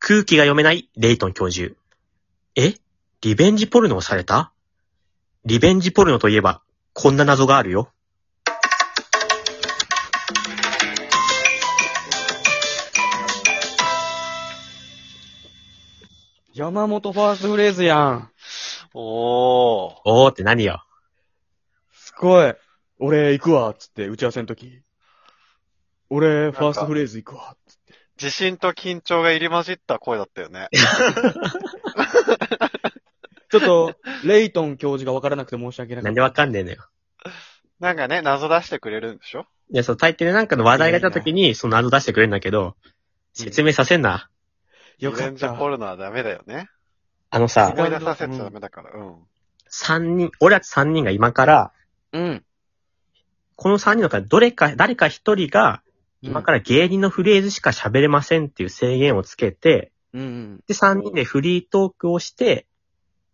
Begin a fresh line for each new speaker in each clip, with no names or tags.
空気が読めないレイトン教授。えリベンジポルノをされたリベンジポルノといえば、こんな謎があるよ。
山本ファーストフレーズやん。
おー。
おーって何よ。
すごい。俺行くわ、つって、打ち合わせの時。俺、ファーストフレーズ行くわ、つって。
自信と緊張が入り混じった声だったよね。
ちょっと、レイトン教授が分からなくて申し訳なか
な
っ
んで
た。
わかんねえのよ。
なんかね、謎出してくれるんでしょ
いや、そう、大抵でなんかの話題が出た時に、その謎出してくれるんだけど、説明させんな。
よかっ
リベン
た
ジ。ポルノはダメだよね。
あのさ
違う、
思い出させちゃダメだから。うん。
三人、俺ら三人が今から、
うん。
この三人の中でどれか、誰か一人が、今から芸人のフレーズしか喋れませんっていう制限をつけて、
うんうん。
で、三人でフリートークをして、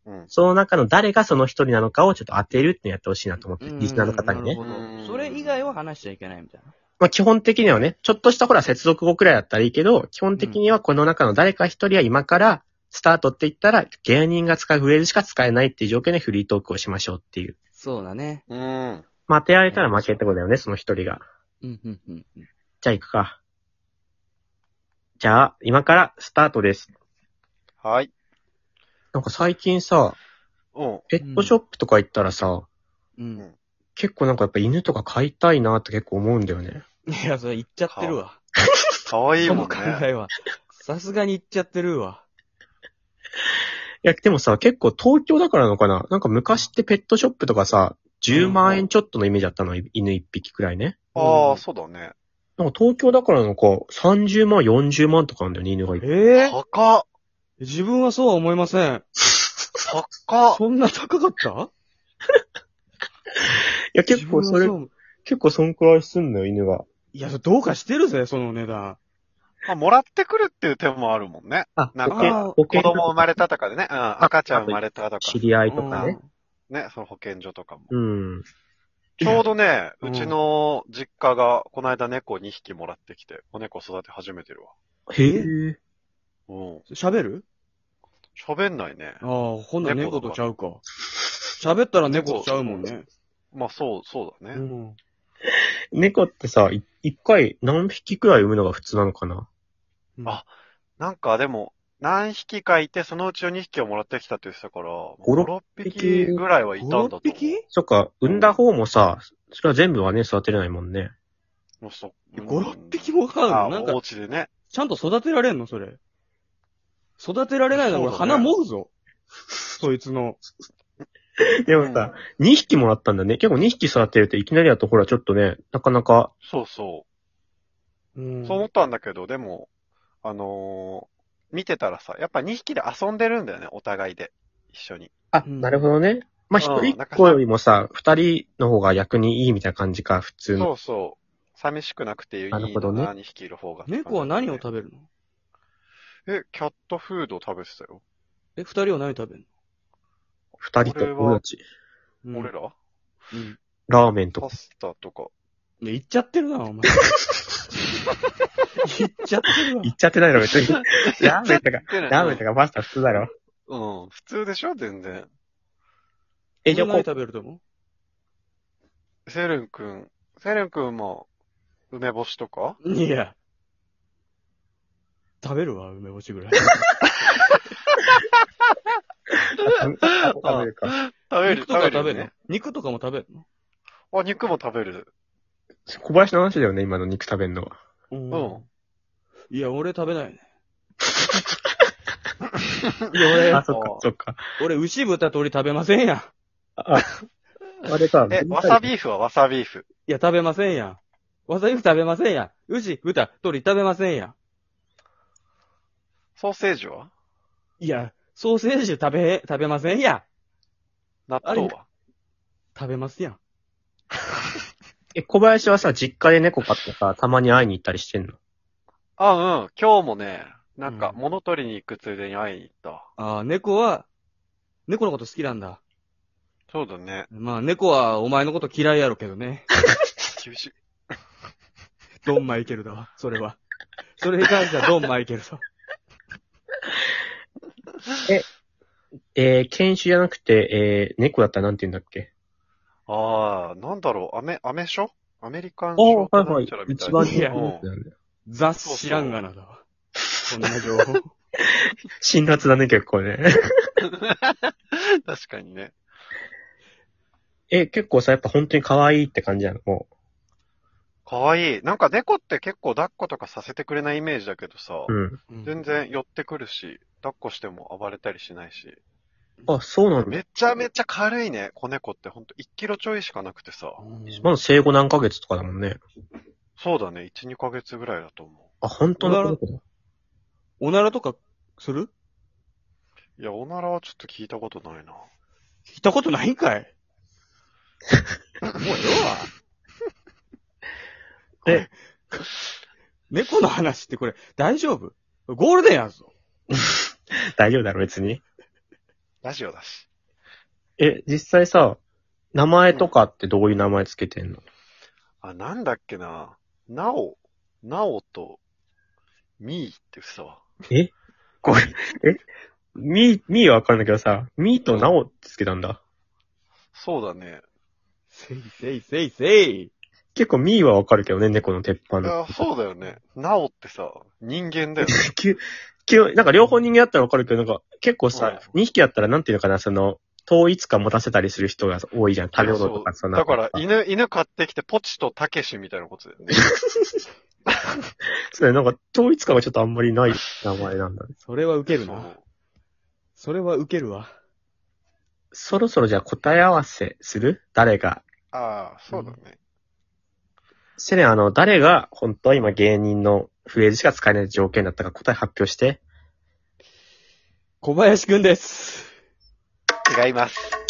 うん。
その中の誰がその一人なのかをちょっと当てるっていうのやってほしいなと思って、
うん
リスナーの方にね。
なるほ
う
ど
ん
それ以外は話しちゃいけないみたいな。
まあ基本的にはね、ちょっとしたほら接続語くらいだったらいいけど、基本的にはこの中の誰か一人は今からスタートって言ったら、芸人が使うフレーズしか使えないっていう条件でフリートークをしましょうっていう。
そうだね。
うん。
まあ当てられたら負けってことだよね、その一人が。
うんうんうんうん。
じゃあ行くか。じゃあ、今からスタートです。
はい。
なんか最近さ、
うん。
ペットショップとか行ったらさ、
うん。
結構なんかやっぱ犬とか飼いたいなって結構思うんだよね。
いや、それ言っちゃってるわ。
かわいい
そ
も
の
ん
考
ね。
えは。さすがに言っちゃってるわ。
いや、でもさ、結構東京だからなのかななんか昔ってペットショップとかさ、10万円ちょっとのイメージだったの、犬1匹くらいね。
ああ、そうだね。
なんか東京だからなのか、30万、40万とかなんだよね、犬がいっぱい
ええ
高っ
自分はそうは思いません。
高っ
そんな高かった
いや、結構そ
自
れ
分、はう
結構そんくらいすんのよ、犬が。
いや、どうかしてるぜ、その値段。
まあ、もらってくるっていう手もあるもんね。
あ、
なん
か
保
子
険、保
供
険
生まれたとかでね。うん。赤ちゃん生まれたとか。
知り合いとかね。
ね、その保健所とかも。
うん。
ちょうどね、
う
うんちの実家が、この間猫2匹もらってきて、お猫育て始めてるわ。
へえ。
うん。
うん喋る
喋んないね。
ああ、ほんなら
猫
猫と
だから
ちゃうか。喋ったら猫とちゃうもんね。
まあ、そう、そうだね。
ん。
猫ってさ、い一回何匹くらい産むのが普通なのかな
あなんかでも、何匹かいて、そのうちの2匹をもらってきたって言ってたから、5、
6
6匹ぐらいはいたん
5、
だと
6
思う。
匹
そっか、産んだ方もさ、それは全部はね、育てれないもんね。
もうそ
?5、6匹もか
あ
か
あ、
るのなん
お
か、
家でね。
ちゃんと育てられんのそれ。育てられないなら俺
そうだね
鼻もぐぞ。そいつの。
でもさ、2匹もらったんだね。結構2匹育てるといきなりだとほらちょっとね、なかなか、
そうそうう。
ん
そう思ったんだけど、でも、あのー見てたらさ、やっぱ2匹で遊んでるんだよね、お互いで。一緒に。
あ、
うん
なるほどね。まあ、
うん
1人っ子よりもさ、2人の方が逆にいいみたいな感じか、普通
そ
の。
うそう。寂しくなくていい
な
の
るほどね
な、2匹いる方が。
猫は何を食べるの
え、キャットフード食べてたよ。
え、二人は何食べる
2人と俺たち。
の
俺。ら
うん。
ラーメンと
パ
か。
スタとか。
ね、言っちゃってるな、お前。言っちゃってるわ。
言っちゃってないの別に。 ラーメンとか、
でね
ラーメンとかパスタ普通だろ。
うん、普通でしょ全然。
え、じゃ
俺
あ
何
こう、
食べると思う
セルンくん、セルンくんも、梅干しとか
いや。食べるわ、梅干しぐらい。
あ食べるか。
食べる、
肉とか食
よ
べるの
ね。
肉とかも食べるの
あ、肉も食べる。
小林の話だよね、今の肉食べんのは。
ん
いや、俺食べないね。いや、
あ、そっか、そっか。
俺、俺、牛豚鳥食べませんやん。
あ、あれか。
え、わさビーフはわさビーフ。
いや、食べませんやん。わさび食べませんやん。牛、豚、鳥食べませんや
ソーセージは
ん。いや、ソーセージ食べ、食べませんやん。
納豆は
食べますやん。
え、小林はさ、実家で猫飼ってさ、たまに会いに行ったりしてんの
あうん。今日もね、なんか
う、ん
物取りに行くついでに会いに行った。
ああ、猫は、猫のこと好きなんだ。
そうだね。
まあ、猫はお前のこと嫌いやろけどね。
厳しい。
ドンマイケルだわ、それは。それに関してはドンマイケルだわ。
えー、犬種じゃなくて、えー、猫だったらなんて言うんだっけ
ああ、なんだろう、アメ、アメショアメリカンショ
お
ー
はい
とな
は
ん
い
ちゃら。みた
一
いな。
番
いや
うん
ザ・知らんがなだわ。こんな情報。
辛辣だね、結構ね。
確かにね。
え、結構さ、やっぱ本当に可愛いって感じなのも
かわいい。なんか猫って結構抱っことかさせてくれないイメージだけどさ、
う。うん。
全然寄ってくるし、抱っこしても暴れたりしないし。
あ、そうなんだ。
めちゃめちゃ軽いね、子猫って。ほんと1キロちょいしかなくてさ。
うん。
まだ生後何ヶ月とかだもんね。
そうだね、1、2ヶ月ぐらいだと思
あ、本当 だ。
うわおならとかする
う。いや、おならはちょっと聞いたことないな。
聞いたことないんかいもうええわ。
え
これ、猫の話ってこれ、大丈夫ゴールデンやぞ。
大丈夫だろ、別に。
ラジオだし。
え、実際さ、名前とかってどういう名前つけてんの、
あ、なんだっけな。なお、なおと、みーってさ。
これ、えみー、みーはわかんないけどさ、みーとなおってつけたんだ。
そうだね。
せいせいせいせい。
結構みーはわかるけどね、猫の鉄板
い
の。
や、そうだよね。なおってさ、人間だよね。
急、急、なんか両方人間だったらわかるけど、なんか結構さ、2匹だったらなんていうのかな、その、統一感持たせたりする人が多いじゃん。食べ物とかさ、
だから、
い
犬、犬買ってきて、ポチとたけしみたいなことだよね。
そうだね、なんか統一感がちょっとあんまりない名前なんだね。
それはウケる
そ
な。
う
それはウケるわ。
そろそろじゃあ答え合わせする誰が。
ああ、そうだね。
セレン、あの、誰が本当は今芸人のフレーズしか使えない条件だったか答え発表して。
小林くんです。
違います。